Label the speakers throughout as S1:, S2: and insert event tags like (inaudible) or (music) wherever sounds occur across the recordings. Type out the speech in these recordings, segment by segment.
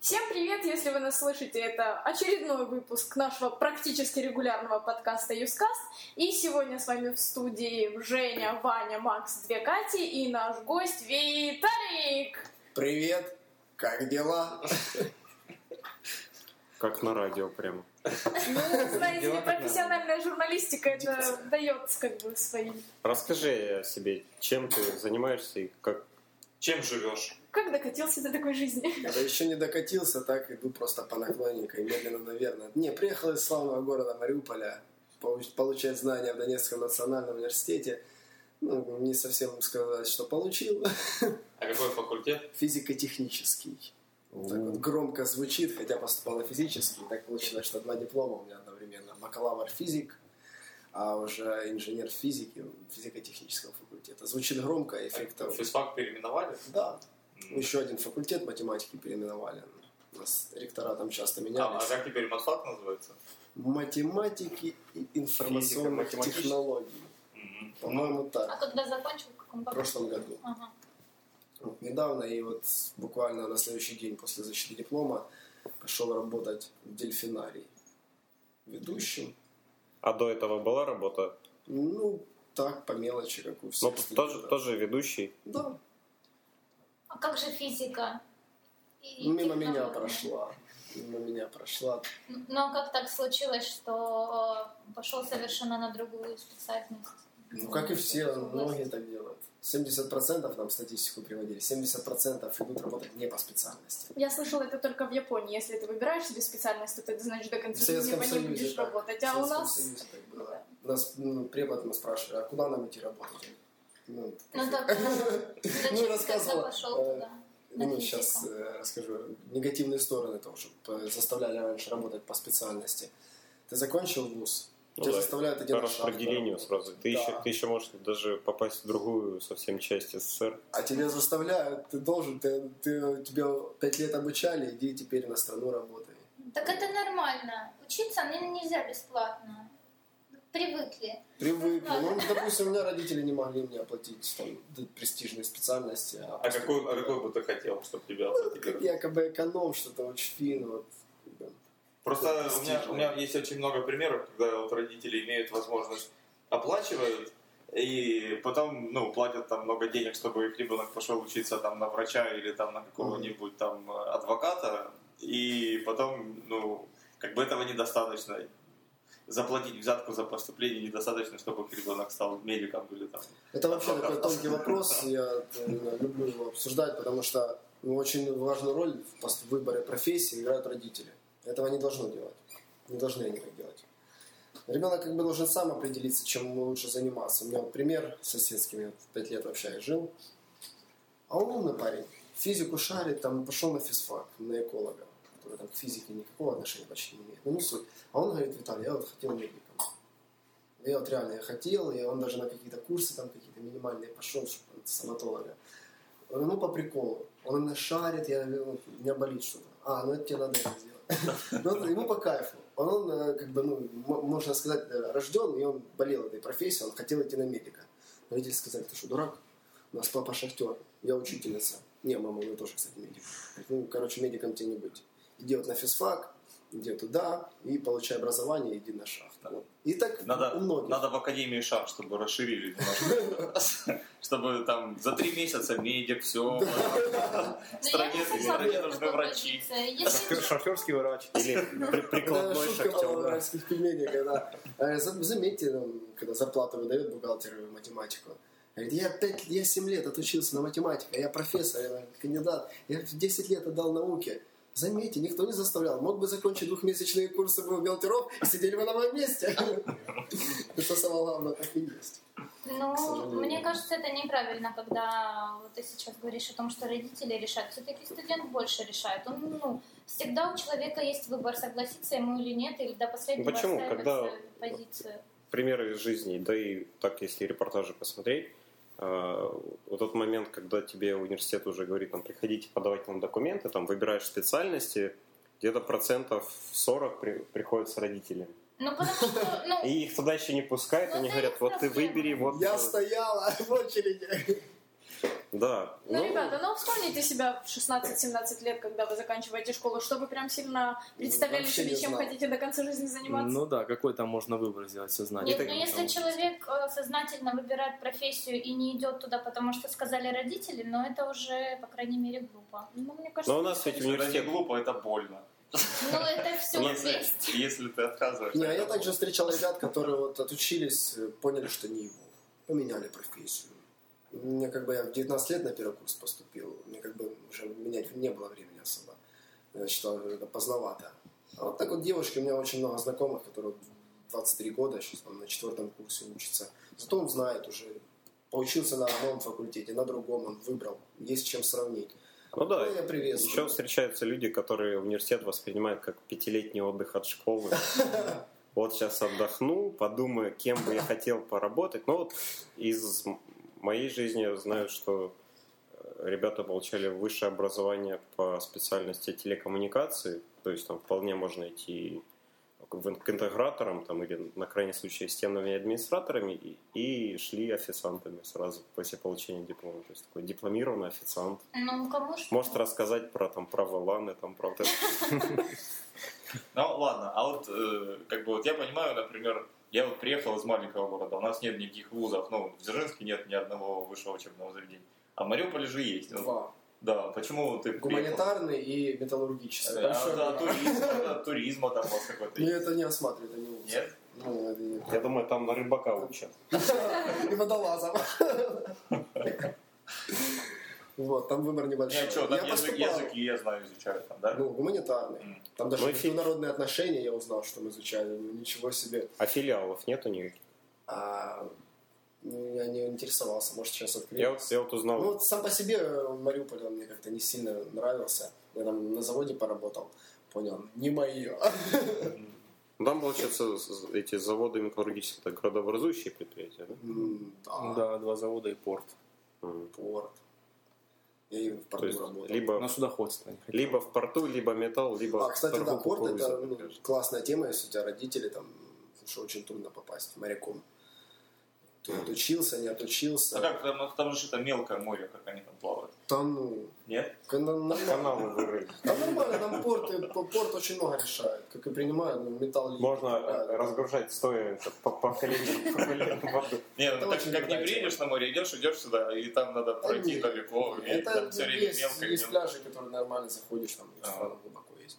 S1: Всем привет, если вы нас слышите, это очередной выпуск нашего практически регулярного подкаста «Юзкаст». И сегодня с вами в студии Женя, Ваня, Макс, две Кати и наш гость Виталик.
S2: Привет, как дела?
S3: Как на радио прямо.
S2: (laughs)
S1: Ну, знаете ли, профессиональная журналистика, это дает как бы свои...
S3: Расскажи о себе, чем ты занимаешься и как...
S4: Чем живешь?
S1: Как докатился до такой жизни?
S2: Да еще не докатился, так иду просто по наклоннику, медленно, наверное. Не, приехал из славного города Мариуполя, получ- получать знания в Донецком национальном университете. Ну, не совсем сказать, что получил.
S4: А какой факультет?
S2: Физико-технический. Так вот громко звучит, хотя поступал на физический. Так получилось, что два диплома у меня одновременно. Бакалавр физик, а уже инженер физики физико-технического факультета. Звучит громко, эффектов.
S4: А Физфак переименовали?
S2: Да,
S4: М.
S2: Еще один факультет математики переименовали. Нас ректора там часто
S4: А,
S2: менялись.
S4: а как теперь матфак называется?
S2: Математики и информационных
S4: Физика, математические.
S2: технологий.
S4: Мгм. Ну,
S2: По-моему,
S5: А
S2: так.
S5: когда закончил, в каком
S2: В
S5: году?
S2: прошлом году.
S5: Ага.
S2: Вот недавно и вот буквально на следующий день после защиты диплома пошел работать в дельфинарий ведущим.
S3: А до этого была работа?
S2: Ну, так, по мелочи, как у
S3: Ну,
S2: всех.
S3: тоже,
S2: студентов.
S3: тоже ведущий.
S2: Да,
S5: А как же физика? И
S2: Ну, мимо
S5: технологии?
S2: меня прошла. Мимо меня прошла.
S5: Но как так случилось, что э, пошел совершенно на другую специальность?
S2: Ну, как и все,
S5: Согласна.
S2: многие так делают. 70% нам статистику приводили, 70% идут работать не по специальности.
S1: Я слышала это только в Японии. Если ты выбираешь себе специальность, то Ну, ты, значит, до
S2: В
S1: конца жизни
S2: Советском
S1: по ней
S2: Союзе
S1: будешь
S2: так.
S1: работать.
S2: В
S1: А у
S2: Советском
S1: нас...
S2: Союзе
S1: (laughs)
S2: так было. Нас ну, препод мы спрашивали, а куда нам идти работать? Ну, (laughs)
S5: Ну так, э, зачем ты тогда
S2: рассказывала.
S5: пошел
S2: Э,
S5: туда? на
S2: ну,
S5: физику.
S2: сейчас э, расскажу. Негативные стороны того, что э, заставляли раньше работать по специальности. Ты закончил вуз,
S3: Ну
S2: тебя
S3: да,
S2: заставляют
S3: По
S2: один
S3: распределению сразу. Ты,
S2: Да.
S3: еще, ты еще можешь даже попасть в другую совсем часть СССР.
S2: А тебя заставляют, ты должен, ты, ты- тебя пять лет обучали, иди теперь на страну работай.
S5: Так это нормально. Учиться мне нельзя бесплатно. Привыкли.
S2: Привыкли.
S5: Ладно.
S2: Ну, допустим, у меня родители не могли мне оплатить там, д- престижные специальности. А,
S4: А
S2: просто-
S4: какой, а какой бы ты хотел, чтобы тебя
S2: Ну, Как
S4: оценили?
S2: якобы эконом, что-то очень фин, вот. да.
S4: Просто у меня,
S2: Престижный.
S4: у меня есть очень много примеров, когда вот родители имеют возможность оплачивать, и потом, ну, платят там много денег, чтобы их ребенок пошел учиться там на врача или там на какого-нибудь там адвоката, и потом, ну, как бы этого недостаточно. Заплатить взятку за поступление недостаточно, чтобы их ребенок стал медиком или там
S2: Это вообще
S4: Адвокат.
S2: такой тонкий вопрос, я э, люблю его обсуждать, потому что ну, очень важную роль в пос- в выборе профессии играют родители. Этого не должно делать. Не должны они так делать. Ребенок как бы должен сам определиться, чем ему лучше заниматься. У меня вот пример соседский, я пять лет вообще жил. А он умный парень. Физику шарит, там пошел на физфак, на эколога, который там к физике никакого отношения почти не имеет. Ну, не суть. А он говорит, Виталий, я вот хотел медиком. Я вот реально я хотел, и он даже на какие-то курсы там какие-то минимальные пошел, чтобы там стоматолога. Ну, по приколу. Он на шарит, я, ну, у меня болит что-то. А, ну это тебе надо это сделать. (laughs) Ну, ему по кайфу. Он, э, как бы, ну, м- можно сказать, э, рожден, и он болел этой профессией, он хотел идти на медика. Родители сказали, ты что, дурак? У нас папа шахтер, я учительница. Не, мама, у меня тоже, кстати, медик. Говорит, Ну, короче, медиком тебе не быть. Иди вот на физфак, иди туда, и получай образование, иди на шахту. Вот. И так у
S4: Надо,
S2: многих.
S4: надо в Академии шаг, чтобы расширили
S2: (laughs)
S4: немножко. Чтобы там за три месяца медик, все.
S5: Но
S4: Стране-
S5: я не согласна,
S4: стране
S5: что
S4: нужны
S5: такое
S4: врачи.
S5: учиться. Если
S3: Шоферский врач. Или (laughs) при-
S2: Это
S3: прикладной
S2: шутка была в
S3: шахтер. да.
S2: уральских пельменях, когда... э, за- Заметьте, там, когда зарплату выдает бухгалтеру математику. Говорит, я, 5, я 7 лет отучился на математике, а я профессор, я наверное, кандидат, я 10 лет отдал науке. Заметьте, никто не заставлял. Мог бы закончить двухмесячные курсы бухгалтеров и сидели бы на моем
S3: (laughs)
S2: месте. Это самое главное, так и есть. к
S5: Ну,
S2: сожалению.
S5: мне кажется, это неправильно, когда вот ты сейчас говоришь о том, что родители решают. Все-таки студент больше решает. Он, ну, всегда у человека есть выбор, согласиться ему или нет, или до последнего
S3: Почему?
S5: оставить
S3: Когда-
S5: свою позицию.
S3: Примеры из жизни, да и так, если репортажи посмотреть, э, вот тот момент, когда тебе университет уже говорит, там, приходите, подавайте нам документы, там, выбираешь специальности, где-то процентов 40 при- приходят с родителями.
S5: Ну, потому что, ну,
S3: (laughs) И их туда еще не пускают,
S5: Ну,
S3: они
S5: да,
S3: говорят,
S5: их
S3: вот ты
S5: проблема.
S2: (laughs)
S3: выбери, вот...
S2: Я
S3: э,
S2: стояла в очереди.
S3: Да.
S1: Ну, ребята, ну вспомните себя в 16-17 лет, когда вы заканчиваете школу, что вы прям сильно представляли
S2: Ну, Вообще
S1: себе,
S2: не
S1: чем
S2: знал.
S1: хотите до конца жизни заниматься.
S6: Ну да, какой там можно выбор сделать, все знания.
S5: Нет, но если человек э, сознательно выбирает профессию и не идет туда, потому что сказали родители, но это уже, по крайней мере, глупо.
S1: Ну, мне кажется,
S3: Но у нас ведь
S4: Это не
S3: университет
S4: глупо, это больно.
S5: Ну, это все
S4: Если,
S5: вместе.
S4: если ты отказываешься.
S2: Не, а
S4: от
S2: я
S4: этого.
S2: также встречал ребят, которые вот отучились, э, поняли, что не его. Поменяли профессию. Мне как бы я в 19 лет на первый курс поступил. Мне как бы уже менять не было времени особо. Я считал, что это поздновато. А вот так вот девушки, у меня очень много знакомых, которые 23 года, сейчас он на четвертом курсе учится. Зато он знает уже, поучился на одном факультете, на другом он выбрал, есть чем сравнить.
S3: Ну да,
S2: Ну, я приветствую.
S3: еще встречаются люди, которые университет воспринимают как пятилетний отдых от школы. Вот сейчас отдохну, подумаю, кем бы я хотел поработать. Но вот из м- моей жизни я знаю, что э, ребята получали высшее образование по специальности телекоммуникации. То есть там вполне можно идти в- к интеграторам там, или на крайний случай системными администраторами и, и шли официантами сразу после получения диплома. То есть такой дипломированный официант.
S5: Ну, кому ж...
S3: Может рассказать про там про Валаны, там про вот это.
S4: Ну ладно, а вот э, как бы вот я понимаю, например, я вот приехал из маленького города, у нас нет никаких вузов, ну, в Дзержинске нет ни одного высшего учебного заведения. А в Мариуполе же есть. Ну,
S2: Два.
S4: Да, почему ты приехал?
S2: Гуманитарный и
S4: Э,
S2: металлургический.
S4: а,
S2: Большой
S4: да,
S2: выбор.
S4: туризм, да, туризма там у вас какой-то
S2: Ну, я
S4: есть.
S2: это не осматриваю, это не улица.
S4: Нет?
S2: Ну, это не- (laughs)
S3: Я думаю, там на рыбака учат.
S2: И водолазом. (laughs) Вот, там выбор небольшой.
S4: Не, что, Ну, а там
S2: я
S4: язык,
S2: поступал,
S4: языки я знаю, изучаю там, да?
S2: ну, гуманитарный.
S4: М.
S2: Там даже
S3: Ну, и фиг.
S2: международные отношения я узнал, что мы изучали. Ну, Ничего себе.
S3: А филиалов нету никаких?
S2: А, ну, я не интересовался, может, сейчас
S3: Я
S2: открою.
S3: вот, я вот
S2: Ну,
S3: узнал.
S2: вот сам по себе э, Мариуполь, он мне как-то не сильно нравился. Я там на заводе поработал, понял, не мое.
S3: Там, получается, с- с- эти заводы металлургические, это городообразующие предприятия, да?
S2: (laughs) М, Да,
S6: Да, два завода и порт.
S3: М.
S2: порт. Я и в
S3: То
S2: порту
S3: есть,
S2: работал.
S6: На
S3: либо,
S6: судоходство. они хотят.
S3: либо в порту, либо металл, либо
S2: А, кстати, да,
S3: торговля
S2: порт это
S3: кукурузой,
S2: ну,
S3: мне кажется.
S2: классная тема, если у тебя родители там, потому что очень трудно попасть моряком. Ты отучился, не
S4: А
S2: отучился.
S4: как, там, там же это мелкое море, как они там плавают.
S2: Там, ну,
S4: Нет?
S2: к- на- нормально.
S3: Каналы
S2: (laughs)
S3: вырыли.
S2: Там нормально, там порт, и по- порт очень много решает, как и принимают, ну, металл.
S3: Можно э,
S2: Да,
S3: разгружать стоя это, по, по коленям, по коленям в воду.
S4: Не,
S2: Это
S4: ну так
S2: очень
S4: как не
S2: крутая
S4: приедешь на море, идешь, идешь сюда, и там надо пройти
S2: нет.
S4: далеко, и
S2: Это
S4: там все время
S2: есть,
S4: мелко. и
S2: есть
S4: мелко.
S2: пляжи, которые нормально заходишь, там
S4: А.
S2: страна глубоко есть.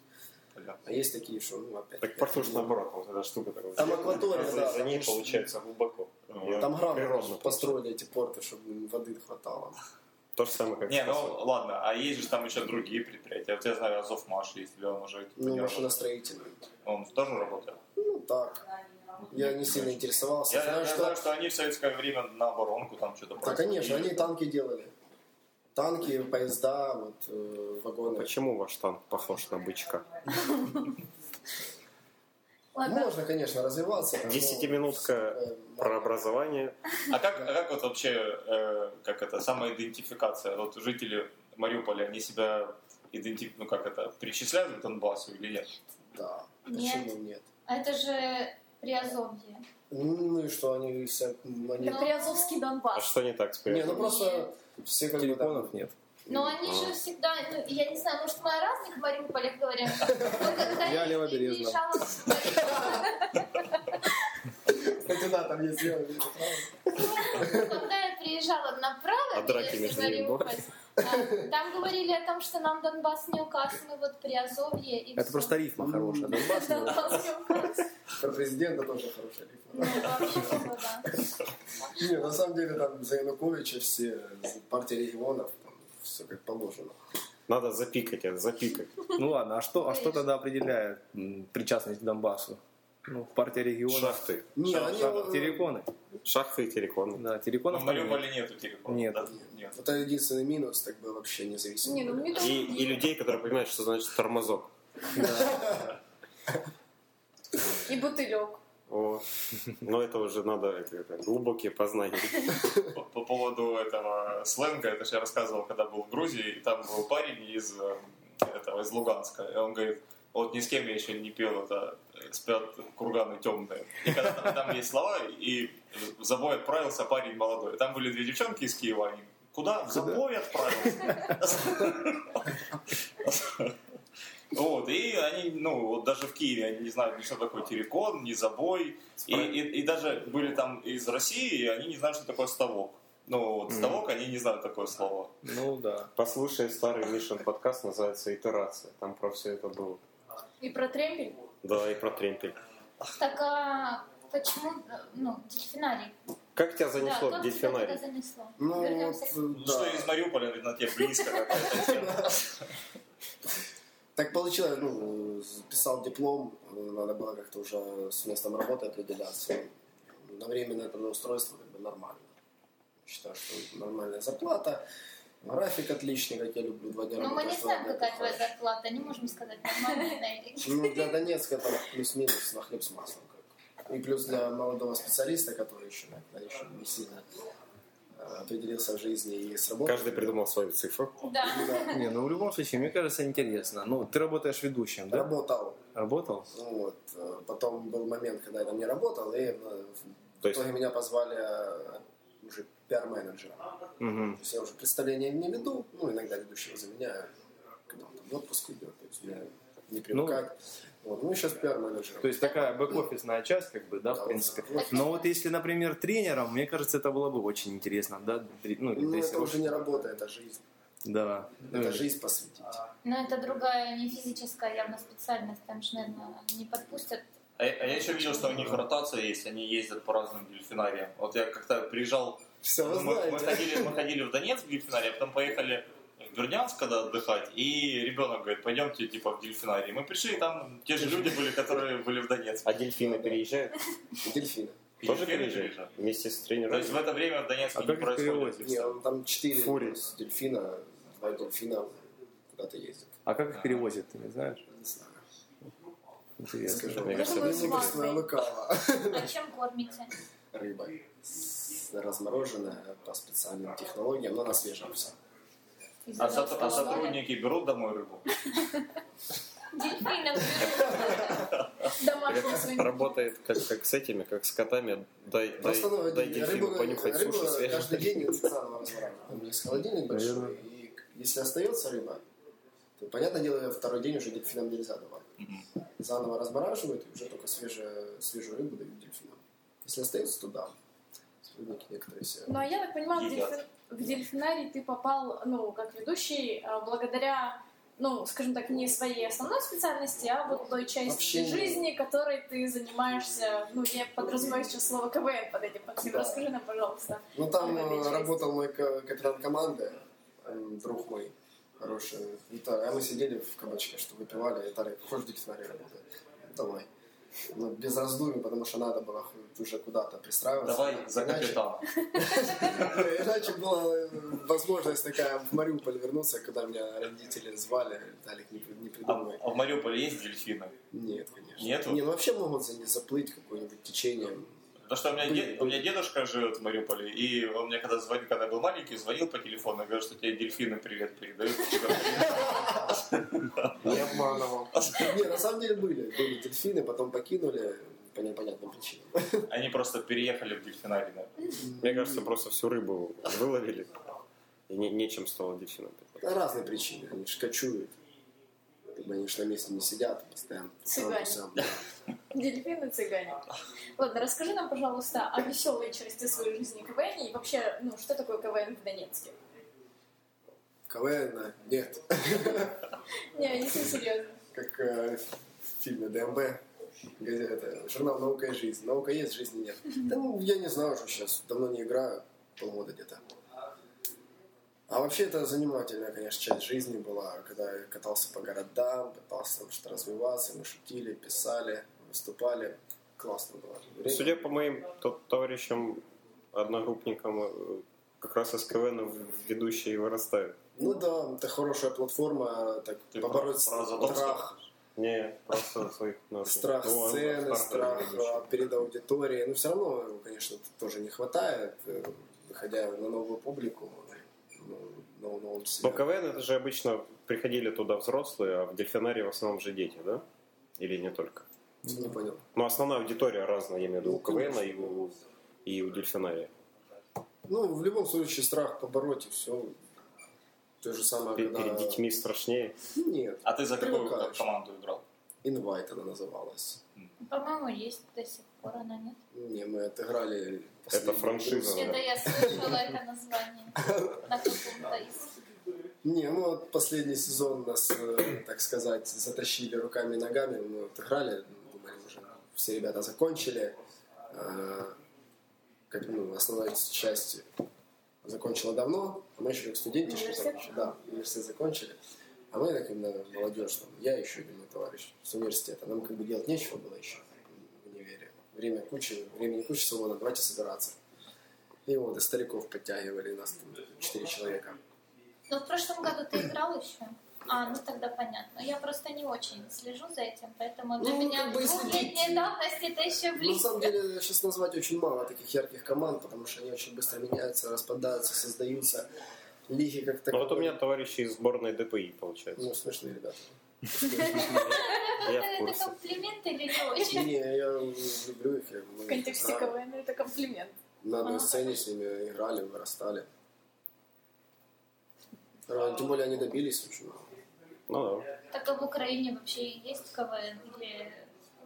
S4: Понятно.
S2: А есть такие, что, ну, опять.
S3: Так порту же наоборот, вот эта штука такая.
S2: Там акватория, да,
S3: За ней
S2: там штука.
S3: получается глубоко.
S4: Ну,
S2: Там грамотно
S3: Природно.
S2: построили эти порты, чтобы воды хватало.
S3: То же самое, как
S4: Не,
S3: в
S4: ну
S3: Херсоне.
S4: ладно, а есть же там еще другие предприятия. Вот я знаю, Азовмаш есть, или он уже... типа,
S2: Ну,
S4: не
S2: машиностроительные.
S4: работает? Он тоже работает?
S2: Ну, так. Я не сильно интересовался.
S4: Я, я
S2: Знаю,
S4: знаю,
S2: что-
S4: что они в советское время на оборонку там что-то
S2: Да,
S4: производили.
S2: конечно, они и танки делали. Танки, поезда, вот, э, вагоны.
S3: Почему ваш танк похож на бычка?
S2: Ну,
S5: Ладно,
S2: можно, конечно, развиваться. там, но-
S3: Десятиминутка
S2: Э,
S3: про образование.
S4: А как, а как вот вообще, э, как это, самоидентификация? Вот жители Мариуполя, они себя идентиф... ну как это, причисляют к Донбассу или нет?
S2: Да.
S5: Нет.
S2: Почему нет?
S5: а это же Приазовье.
S2: Ну и что, они все... м, Они...
S1: Это Приазовский
S3: А
S1: Донбасс.
S3: что не так с
S2: Не,
S3: приятным?
S2: ну просто все как бы...
S6: Телефонов
S2: так-
S6: нет.
S5: Но они
S3: а?
S5: же всегда, ну, я не знаю, может, мы о разных Мариуполях говорим. Но
S3: (laughs)
S5: когда
S6: Я левобережный.
S5: переезжала в Мариуполь,
S2: Кстати, да, там есть левая, левая, правая.
S5: когда я приезжала
S3: А
S5: направо,
S3: драки
S5: если
S3: между ними
S5: Мариуполь, а, там говорили о том, что нам Донбасс не указ, мы вот Приазовье и
S6: Это
S5: всё. (laughs)
S6: просто рифма хорошая. ну. да?
S1: Донбасский указ.
S2: Про президента тоже хорошая
S5: Ну,
S2: рифма.
S5: вообще, ну, да.
S2: Не, на самом деле там за Януковича все, за партия регионов, там все как положено.
S3: Надо запикать это, запикать.
S6: Ну ладно, а что, а что тогда определяет м, причастность к Донбассу? Ну, партия региона.
S3: Шахты.
S2: Не,
S4: Шаг-
S2: они...
S4: шаг-
S2: э,
S6: Тереконы.
S3: Шахты и телеконы.
S6: Да,
S4: Ну,
S6: тереконов
S4: в
S6: там нет.
S4: Мариуполе нету телефона.
S6: Нет.
S4: да? Нет.
S2: Это единственный минус, так бы вообще независимо.
S1: Не, ну мне тоже
S3: И, и людей, которые понимают, что значит тормозок.
S1: И бутылек.
S3: Вот. Но это уже надо это- это глубокие познания.
S4: По, по поводу этого сленга, это же я рассказывал, когда был в Грузии, и там был парень из, э, этого, из Луганска, и он говорит, вот ни с кем я еще не пел, это спят курганы темные. И когда там, там есть слова, и в забой отправился парень молодой. Там были две девчонки из Киева, они Куда? В запой отправился. (laughs) Вот, и они, ну, вот даже в Киеве они не знают ни что такое терекон, ни забой. И, и, и даже были там из России, и они не знают, что такое ставок. Ну, вот ставок они не знают такое слово.
S6: Ну да.
S3: Послушай старый Мишин подкаст, называется «Итерация». Там про все это было.
S1: И про тремпель?
S3: Да, и про тремпель.
S5: Так а почему, ну, дельфинарий?
S3: Как тебя
S5: Да,
S3: занесло
S5: как
S3: в
S5: тебя
S3: дельфинарий?
S5: туда занесло?
S2: Ну,
S5: Вернемся к-
S2: вот, э,
S4: Что
S2: да.
S4: из Мариуполя, видно, тебе близко какая-то тема.
S2: Так получилось, ну, писал диплом, э, надо было как-то уже с местом работы определяться. На временное трудоустройство как бы нормально. Считаю, что нормальная зарплата, график отличный, как я люблю, два дня
S5: Ну, мы не
S2: работаешь,
S5: знаем,
S2: два дня
S5: какая твоя
S2: отдыхаешь.
S5: зарплата, не можем сказать, нормальная она
S2: (laughs)
S5: или нет.
S2: Ну, для Донецка там плюс-минус на хлеб с маслом. как бы. И плюс для молодого специалиста, который еще, наверное, еще не сильно э, определился в жизни и с работой.
S3: Каждый придумал свою цифру.
S5: Да.
S6: Не, ну в любом случае, мне кажется, интересно. Ну, ты работаешь ведущим, да?
S2: Работал.
S6: Работал?
S2: Ну, вот. э, Потом был момент, когда я там не работал, и э, в
S3: То
S2: в
S3: есть-
S2: итоге меня позвали э, уже пиар-менеджером.
S6: Мгм.
S2: То есть я уже представление не веду, ну, иногда ведущего заменяю, когда он там в отпуск идет, то есть я не привыкать. Вот. Ну, и сейчас пиар-менеджером.
S6: Ну, То есть такая бэк-офисная часть, как бы, да, в
S2: Да,
S6: принципе.
S2: вот.
S6: Но Ну вот если, например, тренером, мне кажется, это было бы очень интересно, да? Тре- Ну,
S2: Ну,
S6: если
S2: это
S6: вот-
S2: уже не работа, это жизнь.
S6: Да.
S2: Это жизнь посвятить.
S5: Но это другая, не физическая явно специальность, там же, наверное, не подпустят.
S4: А, я- а я еще видел, что у них ротация есть, они ездят по разным дельфинариям. Вот я как-то приезжал,
S2: Все, вы
S6: Ну,
S4: мы, мы
S2: знаете.
S4: ходили, мы ходили в Донецк в дельфинарий, а потом поехали в Бердянск, когда отдыхать, и ребенок говорит, пойдемте типа в дельфинарий. Мы пришли, и там те же люди были, которые были в Донецке.
S3: А дельфины переезжают?
S2: Дельфина.
S4: И
S3: Тоже
S4: дельфины
S3: переезжают?
S4: приезжают.
S3: Вместе с
S4: То есть в
S3: тренером?
S4: это время в Донецке
S6: А
S4: не
S6: как их
S4: происходит.
S6: переводят?
S2: Не, он там четыре
S3: Фури.
S2: плюс дельфина, два дельфина куда-то ездит.
S6: А как их перевозят, ты не знаешь?
S2: Не знаю.
S6: Интересно.
S2: Скажу.
S3: Мне кажется,
S1: Думаю,
S2: Мне
S1: с
S2: кажется,
S1: вазой.
S2: лыкала.
S5: А чем кормите?
S2: Рыба с- размороженная по специальным технологиям, но на свежем все.
S5: Из
S4: А, сот- а
S5: Азовского моря?
S4: сотрудники берут домой рыбу?
S5: Дельфинов берут.
S1: Домашний свой.
S3: (laughs) Работает как, как с этими, как с котами. Дай, дай,
S2: Просто ну,
S3: дай
S2: рыбу-
S3: дельфину понюхать
S2: рыбу
S3: суши свежую.
S2: каждый день заново
S3: (laughs)
S2: разворачивают. Там есть холодильник большой,
S6: Наверное.
S2: и если остается рыба, то, понятное дело, ее второй день уже дельфинам нельзя давать. Заново размораживают, и уже только свежую, свежую рыбу дают дельфинам. Если остается, то да. Сотрудники некоторые себе
S1: Ну, а я так понимаю, в,
S4: Едят.
S1: дельфин- в дельфинарий ты попал, ну, как ведущий, а, благодаря, ну, скажем так, не своей основной специальности, а вот той части
S2: Общению.
S1: жизни, которой ты занимаешься. Ну, я подразумеваю сейчас слово КВН под этим, Максим,
S2: Да.
S1: расскажи нам, пожалуйста.
S2: Ну, там
S1: В этой
S2: э,
S1: части.
S2: работал мой ка- капитан команды, эм, друг мой хороший. Виталий. А мы сидели в кабачке, что выпивали. Виталий, хочешь в дельфинарий работать? Давай. Ну, без раздумий, потому что надо было ху- уже куда-то пристраиваться.
S4: Давай за
S2: Иначе-
S4: капитана.
S2: (laughs) Иначе была э, возможность такая в Мариуполь вернуться, когда меня родители звали. Виталик, не, при- не
S4: А,
S2: придумывай.
S4: а в Мариуполе есть дельфины?
S2: Нет, конечно.
S4: Нету?
S2: Не, ну вообще могут за- заплыть какое-нибудь течение.
S4: Потому что у меня,
S2: Блин,
S4: дед- у меня дедушка живет в Мариуполе, и он мне когда звонил, когда я был маленький, звонил по телефону и говорил, что тебе дельфины привет
S2: (laughs)
S4: передают.
S2: Не обманывал. Не, на самом деле были. Были дельфины, потом покинули по непонятным причинам.
S4: Они просто переехали в дельфинарий. наверное.
S3: Мне кажется, просто всю рыбу выловили. И не- нечем стало дельфинам.
S2: Да, разные причины. Они же кочуют. Как бы Они же на месте не сидят постоянно. по
S1: Цыгане.
S2: трампусам. Да.
S1: Дельфины цыгане. Ладно, расскажи нам, пожалуйста, о веселой части своей жизни КВН и вообще, ну, что такое КВН в Донецке?
S2: КВН а, нет.
S1: Не, если серьезно.
S2: Как э, в фильме ДМБ. Газета. Журнал «Наука и жизнь». Наука есть, жизни нет. Да, ну, я не знаю уже сейчас. Давно не играю. Полгода где-то. А вообще это занимательная, конечно, часть жизни была, когда я катался по городам, пытался там что-то развиваться, мы шутили, писали, выступали. Классно было. Время.
S3: Судя по моим то- товарищам, одногруппникам, э, как раз из КВН в- ведущие и вырастают.
S2: Ну да, это хорошая платформма, так
S4: Ты
S2: побороть
S4: про- про Задонского?
S2: страх,
S3: Не просто своих народов.
S2: страх
S3: Ну, а
S2: сцены,
S3: старшие
S2: страх
S3: ведущие.
S2: а, перед аудиторией. Но все равно, его, конечно, тоже не хватает, э, выходя на новую публику. ну, нового- нового себя.
S3: Но КВН это же обычно приходили туда взрослые, а в дельфинарии в основном же дети, да? Или не только?
S2: Не понял.
S3: Ну, основная аудитория разная, я имею в виду, у КВН и у, и у дельфинария.
S2: Ну, в любом случае, страх побороть и все. То же самое,
S3: Перед
S2: когда... Ну,
S3: перед детьми страшнее.
S2: Нет,
S4: А ты за какую
S2: Привыкаешь.
S4: команду играл?
S2: инвайт она называлась. Ну,
S5: По-моему, есть до сих пор, она нет.
S2: Не, мы отыграли... последнюю
S3: франшиза.
S2: игру.
S5: Это я слышала это название на каком-то из...
S2: Не, ну вот последний сезон нас, э, так сказать, затащили руками и ногами. Мы отыграли, думали, уже все ребята закончили. Э, Как, ну, основная часть закончила давно, а мы еще как студентишки.
S1: Университет?
S2: закончили. Да, университет закончили. А мы, так именно, молодежь, там, я еще один мой товарищ с университета. Нам как бы делать нечего было еще в универе. Время куча, времени куча свободно, давайте собираться. И вот, и стариков подтягивали, нас там четыре человека.
S5: Но в прошлом году ты играл еще? А, ну тогда понятно. Я просто не очень слежу за этим, поэтому для
S2: Ну,
S5: меня
S2: как бы, если
S5: двухлетней
S2: ты-
S5: давности это еще
S2: На
S5: близко.
S2: самом
S5: (laughs)
S2: деле, сейчас назвать очень мало таких ярких команд, потому что они очень быстро меняются, распадаются, создаются. Лиги как
S3: Ну
S2: таковой.
S3: вот у меня товарищи из сборной ДПИ, получается.
S2: Ну, смешные ребята.
S3: Я в
S5: Это
S3: курсе.
S5: комплимент или не очень?
S2: Не, я люблю их. я многих
S1: В контексте А.
S2: знаю.
S1: КВН это комплимент.
S2: На одной сцене с ними играли, вырастали. А, Тем более они добились очень много.
S3: Ну да.
S5: Так а в Украине вообще есть КВН или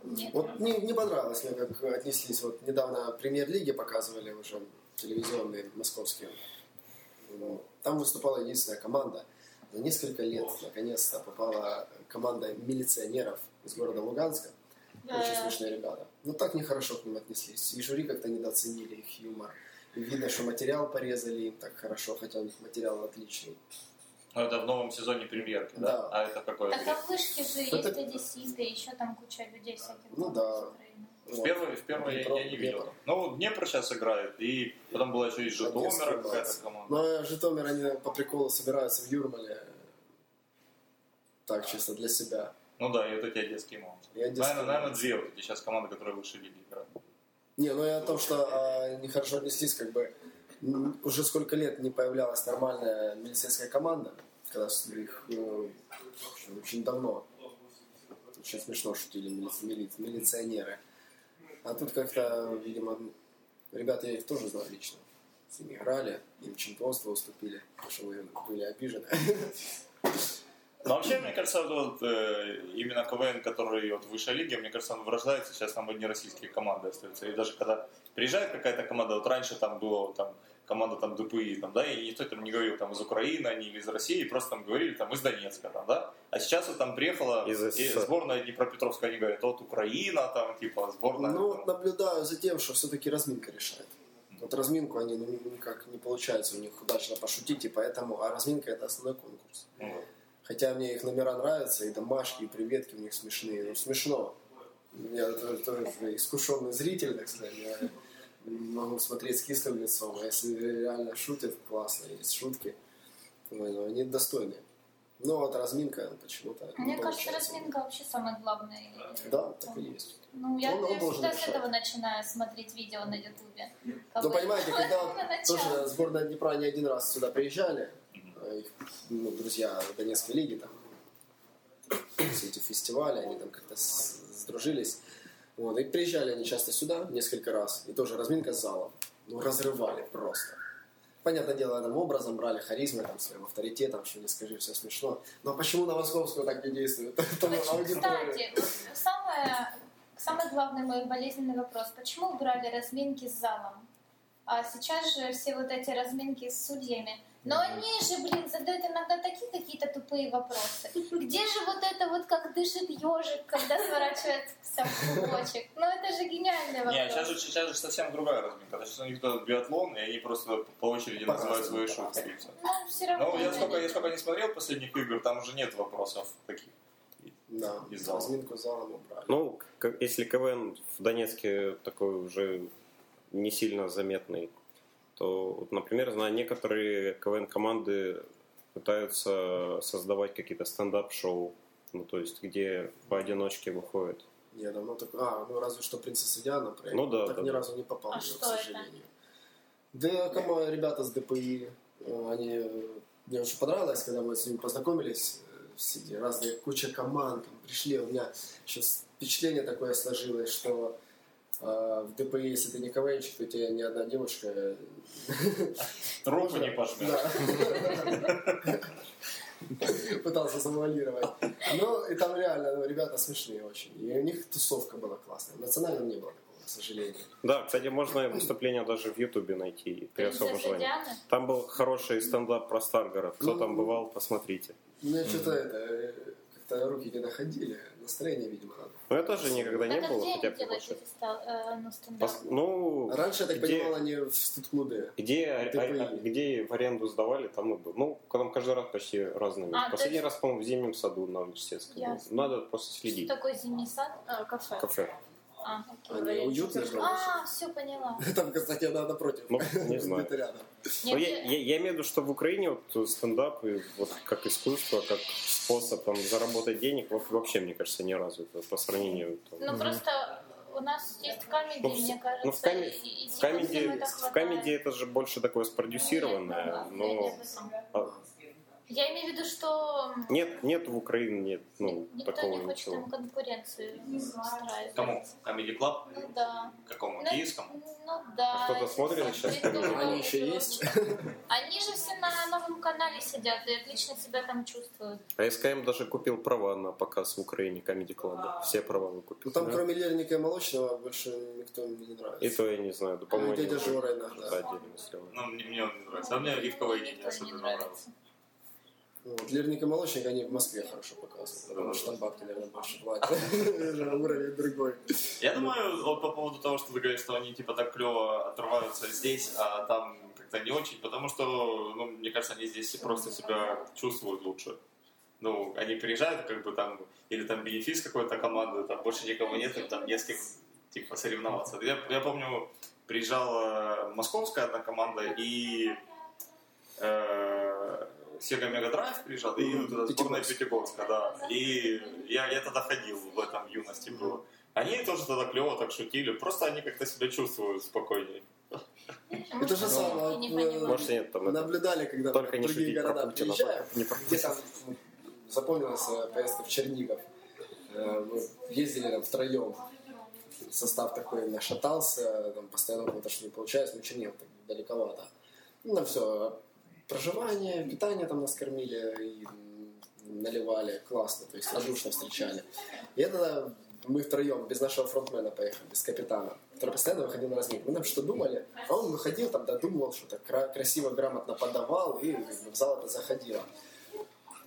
S5: нет?
S2: Вот не, не понравилось мне, как отнеслись. Вот недавно премьер-лиги показывали уже телевизионные московские. Ну, Там выступала единственная команда. За несколько лет наконец-то попала команда милиционеров из города Луганска. Очень
S5: Э,
S2: смешные ребята. Ну так нехорошо к ним отнеслись. И жюри как-то недооценили их юмор. И видно, что материал порезали им так хорошо, хотя материал отличный.
S4: Ну, это в новом сезоне премьерки, да?
S2: Да.
S4: А это какое?
S5: Так а в вышке же есть
S2: Это-
S5: одесситы, еще там куча людей всяких.
S2: Ну
S5: из
S2: да.
S5: Украины.
S4: В первой, в первой я- я,
S2: Днепро,
S4: не видел.
S2: Днепр.
S4: Ну, Днепр сейчас играет, и потом была еще и
S2: Одесса
S4: Житомира
S2: играет.
S4: какая-то команда.
S2: Но Житомир, они по приколу собираются в Юрмале. Так, чисто для себя.
S4: Ну да, и вот эти одесские мамонты.
S2: И одесские
S4: Наверное, наверное,
S2: мамонты.
S4: две вот эти сейчас команды, которые выше лиги играют.
S2: Не, ну я о том, что а, нехорошо отнеслись, как бы м, уже сколько лет не появлялась нормальная милицейская команда, когда с- их э, очень- очень давно, очень смешно шутили мили- мили- милиционеры. А тут как-то, видимо, ребята, я их тоже знал лично. С ними играли, им чемпионство уступили, потому что мы были обижены.
S4: Но вообще, мне кажется, вот, э, именно КВН, который вот выше лиги, мне кажется, он вырождается, сейчас там одни российские команды остаются. И даже когда приезжает какая-то команда, вот раньше там была вот там команда там ДПИ, там, да, и никто там не говорил, там, из Украины они или из России, просто там говорили, там, из Донецка, там, да. А сейчас вот там приехала
S3: Из
S4: и
S3: СССР.
S4: сборная Днепропетровска, они говорят, вот Украина, там, типа, сборная.
S2: Ну
S4: там.
S2: вот наблюдаю за тем, что все-таки разминка решает. Вот разминку они ну, никак не получается у них удачно пошутить, и поэтому, а разминка это основной конкурс.
S4: Ну вот.
S2: Хотя мне их номера нравятся, и домашки, и приветки у них смешные. Ну, смешно. Я тоже, искушенный зритель, так сказать. Я могу смотреть с кислым лицом. А если реально шутят, классно, есть шутки. Ой, ну, они достойные. Ну, вот разминка почему-то не
S5: Мне кажется,
S2: получается.
S5: разминка вообще самое главное.
S2: Ну Да, так и есть.
S5: Ну, я,
S2: Он- он
S5: я
S2: должен
S5: всегда с
S2: решать.
S5: этого начинаю смотреть видео на Ютубе.
S2: Ну, понимаете, когда вот
S5: Самого начала.
S2: тоже сборная Днепра не один раз сюда приезжали, э, их, ну, друзья Донецкой лиги, там, все эти фестивали, они там как-то с- сдружились. Вот, и приезжали они часто сюда несколько раз, и тоже разминка с залом. Ну, разрывали просто. Понятное дело, там образом брали, харизмы, там, своим авторитетом, что не скажи, все смешно. Но почему на Московскую так не действует? (laughs) Там
S5: Очень,
S2: аудитория.
S5: кстати, вот самое, самый главный мой болезненный вопрос. Почему убрали разминки с залом? А сейчас же все вот эти разминки с судьями. Но они же, блин, задают иногда такие какие-то тупые вопросы. Где же вот это вот, как дышит ежик, когда сворачивается в клубочек? Ну это же гениальный вопрос.
S4: Не, сейчас же, сейчас же совсем другая разминка. Сейчас у них туда биатлон, и они просто по очереди
S2: По-разному,
S4: называют свои
S2: по-разному.
S4: шутки. и всё.
S5: Ну, все равно.
S4: Ну, я
S5: да,
S4: сколько, я
S5: нет.
S4: сколько не смотрел последних игр, там уже нет вопросов таких.
S2: Да,
S4: И зал.
S2: разминку с залом убрали.
S3: Ну, к- если КВН в Донецке такой уже не сильно заметный, то, вот, например, знаю, некоторые КВН-команды пытаются создавать какие-то стендап-шоу, ну, то есть, где поодиночке выходят.
S2: Я давно так... А, ну разве что принцесса Диана проект.
S3: Ну да,
S2: Так
S3: да,
S2: ни
S3: да.
S2: разу не попал,
S5: А
S2: в
S5: что
S2: к сожалению. Да, кому ребята с ДПИ, э, они... э, Мне очень понравилось, когда мы с ними познакомились, э, все эти разные куча команд там пришли. У меня сейчас впечатление такое сложилось, что А в ДПИ, если ты не КВНщик, то тебе ни одна девушка... (laughs) э,
S4: Руку не пожмешь.
S2: да. Пытался завуалировать. Ну, и там реально ну, ребята смешные очень. И у них тусовка была классная. Национально не было такого, к сожалению.
S3: Да, кстати, можно выступление даже в Ютубе найти при особом
S5: Принцесса
S3: желании.
S5: Диана?
S3: Там был хороший стендап про Старгород. Кто
S2: Ну,
S3: там бывал, посмотрите.
S2: У меня что-то это... э, Как-то руки не доходили. Настроение, видимо, надо.
S3: Но я тоже никогда не
S5: Это
S3: был,
S5: где
S3: хотя
S5: они делают
S3: приглашен.
S5: эти стал- э, ну, стендап?
S3: Пос- Ну,
S2: Раньше, я так
S3: Где-
S2: понимал, они в студ-клубе.
S3: где, а-
S2: Ты
S3: а-
S2: поедешь.
S3: где в аренду сдавали, там и был. Ну, там каждый раз почти разными.
S5: А, то
S3: Последний
S5: есть-
S3: раз, по-моему, в зимнем саду на университетском. был. Ну,
S5: Ясно.
S3: Надо просто
S5: Что
S3: следить.
S5: такое зимний сад?
S1: А, кафе.
S3: Кафе.
S5: А, окей.
S2: Они уютные правда,
S5: А, все поняла.
S2: (laughs) Там, кстати, она напротив. (laughs)
S3: Ну, не знаю.
S2: Где-то рядом.
S3: Ну,
S5: Нет,
S3: я,
S5: я-
S3: я- я имею в виду, что в Украине вот стендап и вот как искусство, как способ там, заработать денег во- вообще, мне кажется, не развито по сравнению. там,
S5: Ну просто у нас есть
S3: Ну,
S5: камеди,
S3: в-
S5: мне
S3: ну, в
S5: кажется.
S3: каме-
S5: и- и
S3: В
S5: всем
S3: комедии,
S5: это
S3: в
S5: хватает.
S3: комедии это же больше такое спродюсированное,
S5: Ну,
S3: но а,
S5: Я имею в виду, что м,
S3: нет, нет в Украине нет ну,
S5: никто
S3: такого
S5: не хочет
S3: ничего.
S5: ему конкуренцию устраивать.
S4: Кому? Comedy Club?
S5: Ну да.
S4: Какому?
S5: Ну,
S4: Киевскому?
S5: Ну да.
S3: А кто-то смотрит
S5: Если
S3: сейчас
S5: придумал,
S3: комедии?
S2: Они еще есть?
S5: (laughs) Они же все на новом канале сидят и отлично себя там чувствуют.
S3: А СКМ даже купил права на показ в Украине Comedy Club. Все права
S2: Ну
S3: выкупил.
S2: там
S3: Да.
S2: кроме Лерника и Молочного больше никто мне не нравится.
S3: И то я не знаю, да,
S2: Ну,
S3: по-моему,
S2: и дядя
S3: они
S2: Жора
S3: уже
S2: иногда.
S3: отдельно сделали.
S4: Ну, мне, мне он не нравится. А мне
S5: Ну,
S4: оливковое не особенно нравится.
S2: Вот, Лерник и Молочник, они в Москве хорошо показывают, потому что там бабки, наверное, больше платят. (laughs) Уровень другой.
S4: Я
S2: Ну.
S4: думаю, вот по поводу того, что ты говоришь, что они типа так клево отрываются здесь, а там как-то не очень, потому что, ну, мне кажется, они здесь просто себя чувствуют лучше. Ну, они приезжают, как бы там, или там бенефис какой-то команды, там больше никого нет, им там не с кем, типа, соревноваться. Я, я помню, приезжала московская одна команда, и э, Sega Mega Drive приезжал, и
S2: Мгм.
S4: вот эта сборная
S2: Пятигорск.
S4: Пятигорска, да. И я, я тогда ходил, в этом юности было. Они тоже тогда клево так шутили, просто они как-то себя чувствуют спокойнее.
S2: Это же самое.
S5: не
S2: вот, э,
S5: понимаю.
S3: Может, нет, там это,
S2: Наблюдали, когда
S3: только
S2: в
S3: не
S2: другие
S3: шутить про
S2: города
S3: Путина.
S2: приезжаем,
S3: Не про-
S2: где там ну, запомнилась э, поездка в Чернигов. Э, Мы ездили там втроем. Состав такой нашатался, там постоянно было что не получается, ну Чернигов так далековато. Ну, там все, проживание, питание там нас кормили и м, наливали, классно, то есть радушно встречали. И это да, мы втроем, без нашего фронтмена поехали, без капитана, который постоянно выходил на разминку. Мы там что думали, а он выходил, там додумывал что-то, кра- красиво, грамотно подавал, и как бы, в зал это заходило.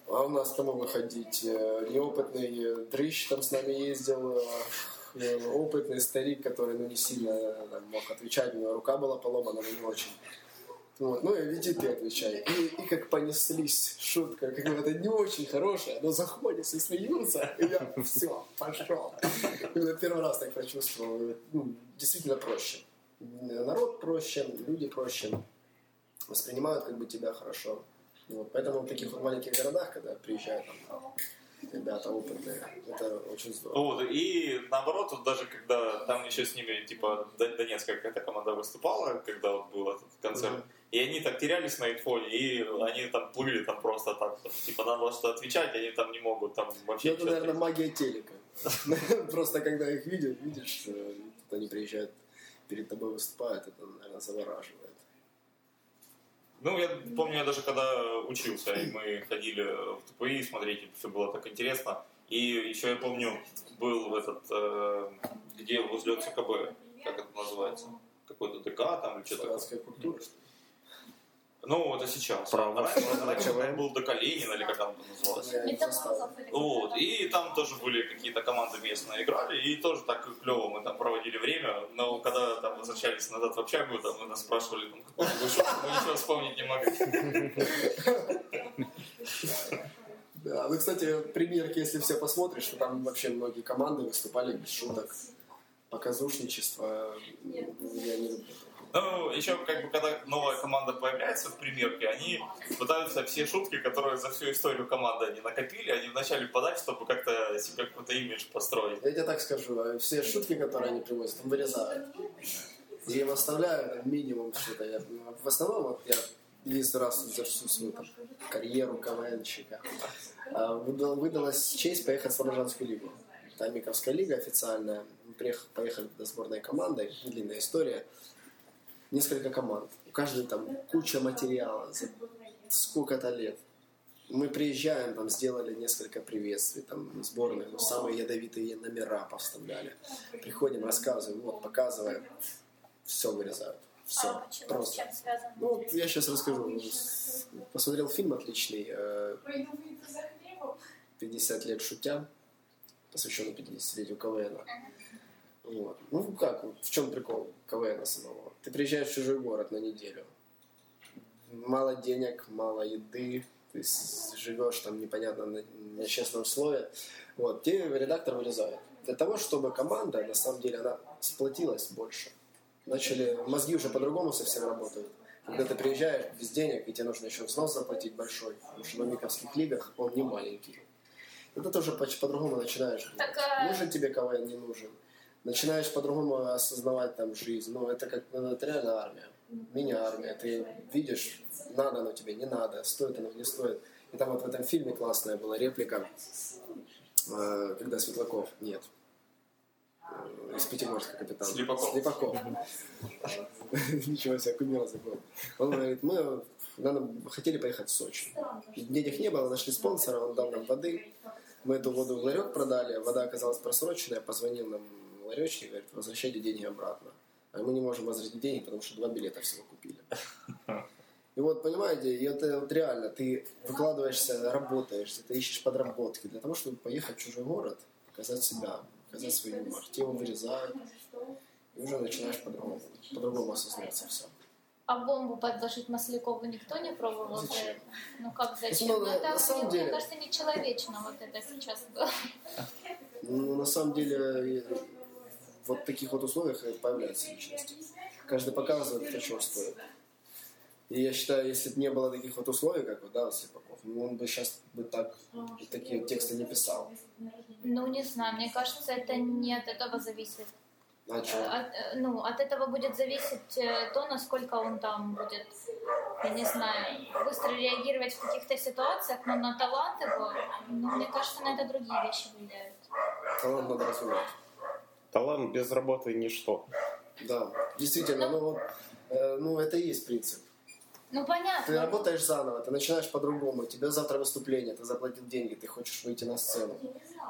S2: А у нас кому выходить? Э, Неопытный э, дрыщ там с нами ездил, э, э, опытный старик, который ну, не сильно э, там, мог отвечать, у него рука была поломана, но не очень. Вот, ну и веди ты отвечай. И, и как понеслись, шутка, как бы это не очень хорошая, но заходят и смеются, и я все, пошел. Именно первый раз так почувствовал, ну, действительно проще. Народ проще, люди проще, воспринимают как бы тебя хорошо. Вот, поэтому в таких вот маленьких городах, когда приезжают там, ребята опытные, это очень здорово.
S4: Вот, и наоборот, вот даже когда там еще с ними, типа, Д- Донецкая какая-то команда выступала, когда вот был этот концерт,
S2: Мгм.
S4: и они так терялись на инфоле, и они там плыли там просто так, вот, типа, надо было что-то отвечать, они там не могут там вообще
S2: Ну, это,
S4: ничего
S2: наверное,
S4: ответить.
S2: магия телека. (laughs) Просто когда их видишь, видишь, э, тут они приезжают, перед тобой выступают, это, наверное, завораживает.
S4: Ну, я помню, я даже когда учился, и мы ходили в ТПИ смотреть, и все было так интересно. И еще я помню, был этот, э, где возле ЦКБ, как это называется, какой-то ДК там или что-то.
S2: Славянская культура, что ли?
S4: Ну, это сейчас.
S3: Право.
S4: А раньше- Раньше там был до Калинина, или как там это называлось.
S2: Я не застал.
S4: Вот, и там тоже были какие-то команды местные играли, и тоже так клево мы там проводили время, но когда там возвращались назад в общагу, там мы нас спрашивали, там, какую шутку, мы ничего вспомнить не могли.
S2: Да, ну, кстати, примерки, если все посмотришь, то там вообще многие команды выступали без шуток. Показушничество м, я не люблю.
S5: А
S4: Ну, еще как бы, когда новая команда появляется в примерке, они пытаются все шутки, которые за всю историю команды они накопили, они вначале подать, чтобы как-то себе какой-то имидж построить.
S2: Я тебе так скажу, а все шутки, которые они привозят, там вырезают. И им оставляю там, минимум что-то. Я, ну, в основном вот я единственный раз за всю свою там, карьеру КВНщика а, выдал- выдалась честь поехать в Слобожанскую лигу. это Амиковская лига официальная. Мы приех- поехали до сборной команды, длинная история. Несколько команд. У каждой там куча материала за сколько-то лет. Мы приезжаем, там сделали несколько приветствий, там сборные, ну, самые ядовитые номера повставляли. Приходим, рассказываем, вот, показываем. Все вырезают.
S5: А
S2: Все.
S5: почему? С
S2: Просто.
S5: чем связано?
S2: Ну, вот я сейчас расскажу. Посмотрел фильм отличный, э, 50 лет шутя, посвященный 50-летию КВН. Вот. Ну как, вот в чем прикол КВН самого? Ты приезжаешь в чужой город на неделю. Мало денег, мало еды, ты с- живешь там непонятно на, на честном слове. Вот, тебе редактор вырезает. Для того, чтобы команда, на самом деле, она сплотилась больше. Начали, мозги уже по-другому совсем работают. Когда ты приезжаешь без денег, и тебе нужно еще взнос заплатить большой, потому что в американских лигах он не маленький. И ты тоже поч- по-другому начинаешь.
S5: Так,
S2: думать,
S5: а-
S2: Нужен тебе КВН, не нужен. Начинаешь по-другому осознавать там жизнь. Ну, это как ну, это реально армия. Мини-армия. Ты видишь, надо оно тебе, не надо, стоит оно, не стоит. И там вот в этом фильме классная была реплика, э, когда Светлаков, нет, э, из Пятигорска капитан.
S4: Слепаков.
S2: Слепаков. (laughs) Ничего себе, кумира забыл. Он говорит, мы надо, хотели поехать в Сочи. Денег не было, нашли спонсора, он дал нам воды. Мы эту воду в ларек продали, а вода оказалась просроченная, позвонил нам ларечник, говорит, возвращайте деньги обратно. А мы не можем возвратить деньги, потому что два билета всего купили. И вот, понимаете, и это вот реально, ты выкладываешься, работаешь, ты ищешь подработки для того, чтобы поехать в чужой город, показать себя, показать свой юмор. Тебе его вырезают, и уже начинаешь по-другому, по-другому осознаваться все.
S5: А бомбу подложить Маслякову никто не пробовал?
S2: Зачем?
S5: Ну как зачем?
S2: Ну,
S5: Ну,
S2: на-
S5: это,
S2: на самом
S5: мне,
S2: деле-
S5: мне кажется, нечеловечно вот это сейчас было.
S2: Ну, на самом деле, э, вот в таких вот условиях и появляется личность. Каждый показывает, кто чего стоит. И я считаю, если бы не было таких вот условий, как вот, да, вот Слепаков, ну, он бы сейчас бы так, такие вот тексты не писал.
S5: Ну не знаю, мне кажется, это не от этого зависит.
S2: А чё?
S5: От, э, ну, от этого будет зависеть э, то, насколько он там будет, я не знаю, быстро реагировать в каких-то ситуациях, но на талант его, ну, мне кажется, на это другие вещи влияют.
S2: Талант надо развивать.
S3: Талант без работы ничто.
S2: Да, действительно, ну, вот, э, ну это и есть принцип.
S5: Ну,
S2: Ты
S5: понятно.
S2: работаешь заново, ты начинаешь по-другому, у тебя завтра выступление, ты заплатил деньги, ты хочешь выйти на сцену.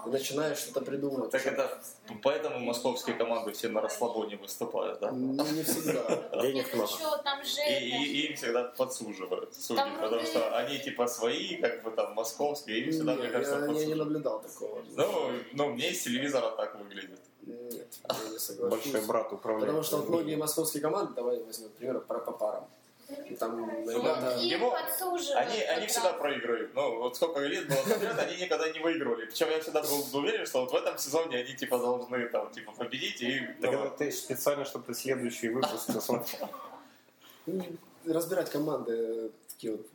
S2: Ты начинаешь что-то придумывать.
S4: Так это поэтому московские команды все на расслабоне выступают, да?
S2: Ну, не всегда.
S3: Денег
S5: Нет,
S3: много.
S5: еще там же...
S4: И,
S5: это-
S4: и- и им всегда подсуживают судьи,
S5: Там
S4: потому
S5: вроде-
S4: что они типа свои, как бы там московские, им всегда,
S2: Не,
S4: мне кажется,
S2: я, я не
S4: подсуживают.
S2: наблюдал такого.
S4: Ну, ну, мне из телевизора так выглядит.
S2: Нет, я не
S3: Большой
S2: согласен.
S3: брат управляет.
S2: Потому что вот многие московские команды, давай возьмем пример про Папаром. Там ребята...
S5: Им
S4: Ему-
S5: подсуживают.
S4: Они, они
S5: как
S4: всегда
S5: раз.
S4: проигрывают. Ну, вот сколько лет было подряд, они никогда не выигрывали. Причем я всегда был уверен, что вот в этом сезоне они типа должны там типа победить и
S3: Так
S4: ну,
S3: это ты специально, чтобы ты
S2: (laughs)
S3: следующий выпуск посмотрел.
S2: ну, Разбирать команды э, такие вот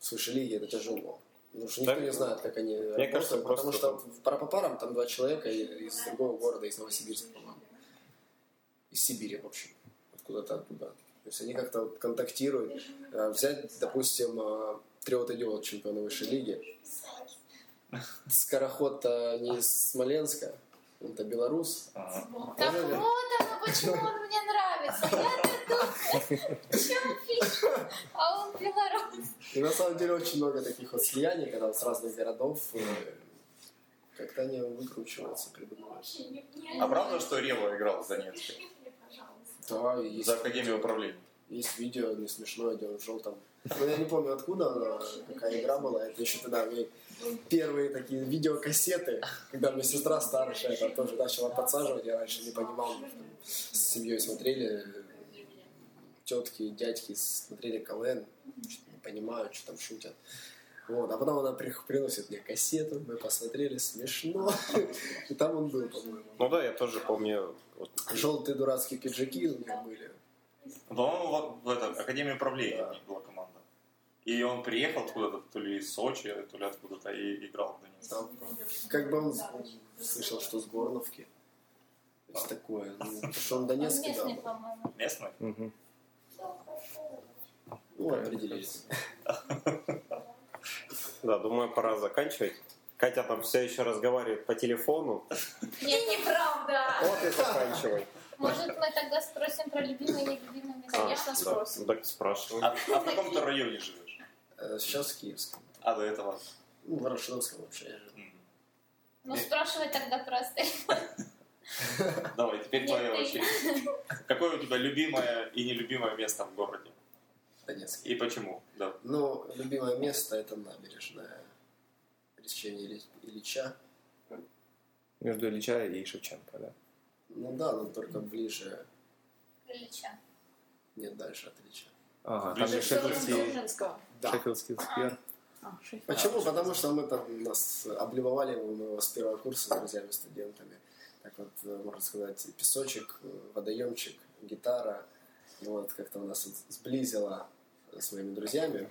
S2: свыше лиги, это тяжело. Потому что
S3: Да.
S2: никто не знает, как они работают.
S3: кажется,
S2: потому
S3: просто
S2: что в Парапапарам там два человека и- из другого города, из Новосибирска, по-моему. Из Сибири, в общем. Откуда-то оттуда. То есть они как-то вот контактируют. Э, Взять, допустим, э, Триот идиот чемпиона высшей лиги. Скороход э, не из Смоленска, он-то белорус,
S4: ага.
S5: Так
S2: Правильно?
S5: вот оно, почему он мне нравится. Я-то думаю, в чем фишка? А он белорус.
S2: И на самом деле очень много таких вот слияний, когда вот с разных городов э, как-то они выкручиваются, придумываются.
S4: А правда, что Рева играл за Донецке?
S2: Да, и есть,
S4: За Академию управления.
S2: есть видео, не смешное, где он в желтом. Ну, я не помню, откуда она, какая игра была. Это еще тогда мои первые такие видеокассеты, когда мне сестра старшая там тоже начала подсаживать. Я раньше не понимал, мы там с семьей смотрели, тетки, дядьки смотрели КВН, что-то не понимают, что там шутят. Вот, а потом она при- приносит мне кассету, мы посмотрели, смешно. (laughs) И там он был, по-моему.
S3: Ну да, я тоже помню. вот,
S2: Желтые дурацкие пиджаки у него были.
S4: По-моему, во- в этом, Академия управления у них была команда. И он приехал откуда-то, то ли из Сочи, то ли откуда-то, и играл в Донецке.
S2: Там, как бы он с- слышал, что с Горловки. То есть такое. Ну, потому что он
S5: Он
S2: Донецкий,
S5: местный,
S2: да.
S5: по-моему.
S4: Местный?
S6: Мгм.
S2: Ну, определились.
S3: Да, думаю, пора заканчивать. Катя там все еще разговаривает по телефону.
S5: Нет, неправда.
S3: Вот и заканчивай.
S5: Может, мы тогда спросим про любимые и нелюбимые места?
S3: А,
S5: Я ж-
S1: (laughs) Конечно,
S3: да.
S1: спросим.
S3: Ну, Так спрашивай.
S4: А, а в каком ты районе живешь?
S2: Э, Сейчас в Киевском.
S4: А, до этого.
S2: Ну, в Ворошиловском вообще я живу.
S4: М.
S5: Ну, спрашивай тогда просто.
S4: Давай, теперь твоя
S5: Нет, ты.
S4: очередь. Какое у тебя любимое и нелюбимое место в городе?
S2: в Донецке.
S4: И почему? Да.
S2: Ну, любимое место это набережная. Пересечение Или- Ильича.
S6: Между Ильича и Шевченко, да.
S2: Ну да, но только ближе,
S5: Ильича.
S2: нет, дальше от Ильича.
S6: Ага, там
S4: Ближе
S6: же
S4: к Шеффилд
S1: Шеффилдского,
S6: Шеффилдский,
S1: Шеффилдского.
S2: Да.
S6: Шеффилдский сквер.
S1: А, Шеффилд.
S2: Почему? Потому что мы там нас обливали мы его с первого курса с друзьями, студентами. Так вот, э, можно сказать, и песочек, э, водоемчик, гитара. Вот, как-то у нас это сблизило с моими друзьями.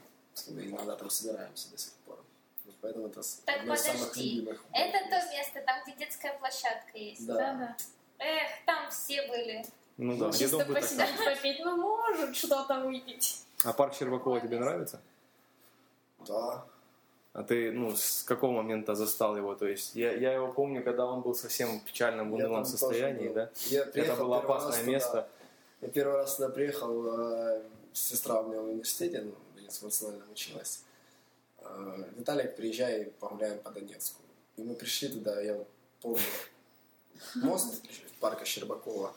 S2: Мы иногда там собираемся до сих пор. Вот поэтому это с-
S5: Так
S2: одно из самых
S5: подожди,
S2: любимых.
S5: Это то место, там, где детская площадка есть.
S2: Да.
S1: Да-да.
S5: Эх, там все были.
S6: Ну да, где
S1: Чисто
S6: дом будет
S1: посидеть, попить, ну может что-то увидеть.
S6: А парк Щербакова тебе нравится?
S2: Да.
S6: А ты, ну, с какого момента застал его? То есть я, я его помню, когда он был совсем в печальном
S2: Я
S6: унылом
S2: там тоже
S6: состоянии,
S2: был.
S6: да?
S2: Я
S6: Это
S2: приехал
S6: было
S2: первый раз
S6: опасное
S2: туда.
S6: место.
S2: Я первый раз сюда приехал, э, сестра у меня в университете, ну, в Донецком национальном училась. Э, Виталик, приезжай, погуляем по Донецку. И мы пришли туда, я вот помню, мост парка Щербакова.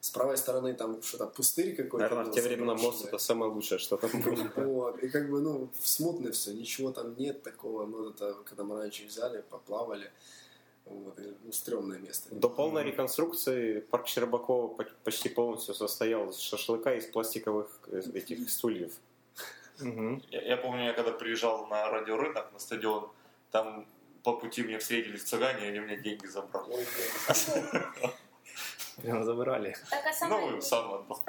S2: С правой стороны там что-то пустырь какой-то.
S3: Наверное,
S2: был
S3: в те времена
S2: заброшенный.
S3: мост это самое лучшее, что там (laughs) было.
S2: Вот, и как бы, ну, смутно все, ничего там нет такого, ну, это катамаранчик взяли, поплавали, вот, и, ну, стрёмное место.
S3: До полной реконструкции парк Щербакова поч- почти полностью состоял из шашлыка из пластиковых э, этих стульев.
S6: Мгм.
S4: Я, я помню, я когда приезжал на радиорынок, на стадион, там по пути мне встретились цыгане, и они мне деньги забрали.
S2: Ой,
S6: Прям забрали.
S5: Так, а сама
S4: Ну, сам отдал.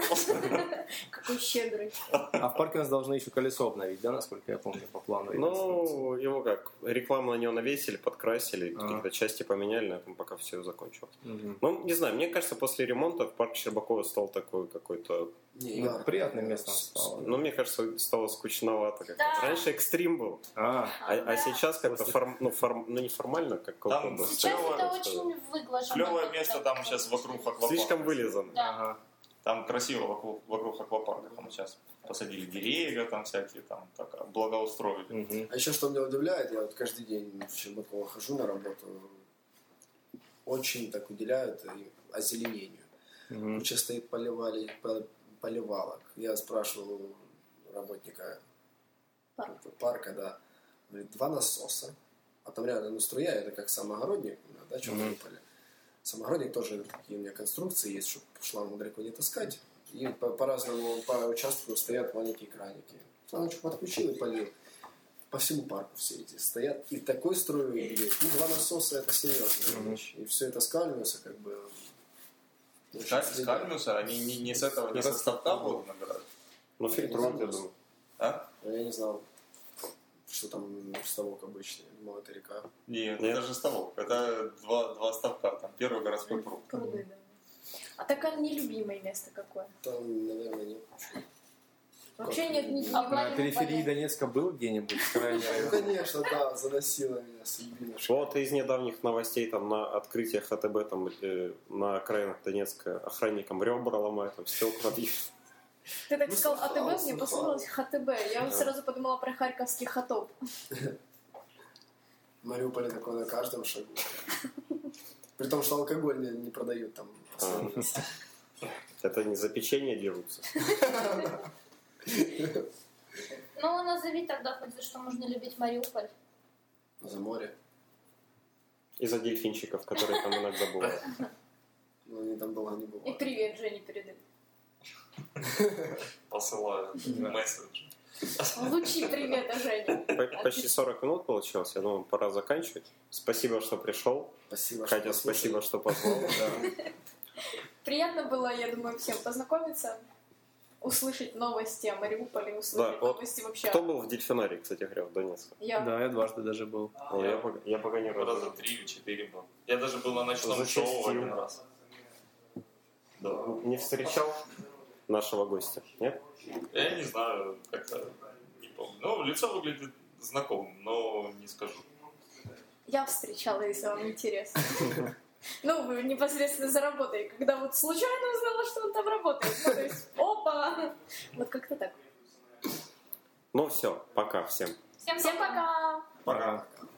S1: Какой щедрый.
S6: А в парке у нас должны еще колесо обновить, да, насколько я помню, по плану. реконструкции?
S3: Ну, его как, рекламу на него навесили, подкрасили,
S6: А.
S3: какие-то части поменяли, на этом пока все закончилось.
S6: Мгм.
S3: Ну, не знаю, мне кажется, после ремонта парк Щербакова стал такой какой-то...
S2: не,
S6: Ну,
S2: ярко.
S6: приятным местом стало.
S3: Ну, мне кажется, стало скучновато. как-то.
S5: Да.
S3: Раньше экстрим был,
S6: А,
S3: а, а
S5: Да.
S3: сейчас как-то
S6: После-
S3: форм- ну, форм- ну, не формально, как
S4: Там
S3: колхоз был.
S5: Сейчас
S4: Клёвое,
S5: это
S3: так сказать.
S5: очень выглажено.
S4: Клевое
S5: как-то.
S4: место там сейчас вокруг аквапарка.
S3: Слишком вылезано.
S5: Да.
S6: ага.
S4: Там красиво вокруг, вокруг аквапарка. Там сейчас посадили деревья там всякие, там так благоустроили.
S3: Ну,
S6: Мгм.
S2: А еще что меня удивляет, я вот каждый день в Щербакова хожу на работу, очень так уделяют и озеленению.
S6: Мгм.
S2: Куча стоит поливали, по- поливалок. Я спрашивал у работника парка, да, говорит, два насоса. А там реально, ну, струя, это как самогородник, да, чем
S6: Мгм.
S2: выпали. Самогородник тоже такие у меня конструкции есть, чтобы шланг далеко не таскать. И по- по-разному, по, участку стоят маленькие краники. Шлангочку подключил и полил. По всему парку все эти стоят. И такой струю бьют. Ну, два насоса это серьезная
S6: Мгм.
S2: вещь. И все это скальниуса как бы... очень
S4: Ска- С
S2: следят.
S4: Кальмиуса, они не, не с этого, не со
S2: Раз-
S4: старта было набирали.
S3: Ну, фильтруют, я думаю.
S4: А?
S2: Но Ну, Я не знал, что там ставок обычный. Думал, это река.
S4: Нет,
S3: Нет.
S4: это же ставок. Это два, два ставка. Там первый городской пруд.
S1: Круто, да. А такое нелюбимое место какое?
S2: Там, наверное, нет.
S1: Вообще нет
S5: А
S1: ничего.
S6: На периферии Донецка был где-нибудь в крайнем
S2: Ну,
S6: районе?
S2: конечно, да, заносила меня судьбина.
S3: Вот из недавних новостей там на открытие ХТБ там э, на окраинах Донецка охранникам ребра ломают, там стекла бьют.
S1: Ты так
S2: Ну,
S1: сказал
S2: слыхал,
S1: АТБ, мне
S2: слыхал.
S1: послышалось ХТБ. Я
S3: Да.
S1: сразу подумала про харьковский хатоп.
S2: В Мариуполе такое на каждом шагу. При том, что алкоголь не, не продают там.
S3: А. (laughs) Это не за печенье дерутся.
S5: Ну, назови тогда хоть за что можно любить Мариуполь.
S2: За море.
S3: И за дельфинчиков, которые там иногда бывают.
S2: Ну, они там было, не
S1: И
S2: было.
S1: привет Жене передай.
S4: Посылаю месседж.
S1: Лучи привета Жене.
S3: П- Почти 40 минут получилось, я думаю, пора заканчивать. Спасибо, что пришел.
S2: Спасибо,
S3: Катя,
S2: послушали.
S3: спасибо, что (laughs) позвал.
S1: Приятно было, я думаю, всем познакомиться, услышать новости о Мариуполе, услышать
S3: Да, вот
S1: новости вообще.
S3: Кто был в дельфинарии, кстати говоря, в Донецке?
S1: Я
S6: Да, я дважды даже был.
S3: Я, пока- я пока не
S4: Раза
S3: разу.
S4: три или четыре был. Я даже был на ночном
S3: За
S4: шоу
S3: шесть
S4: один
S3: дней.
S4: раз. Да.
S3: Не встречал нашего гостя, нет?
S4: Я не знаю, как-то не помню. Ну, лицо выглядит знакомым, но не скажу.
S1: Я встречала, если вам интересно. Ну, вы непосредственно за работой, когда вот случайно узнала, что он там работает. Ну, то есть, опа! Вот как-то так.
S3: Ну все, пока всем.
S5: Всем
S1: Всем
S5: пока!
S1: пока!
S4: Пока.
S6: Пока.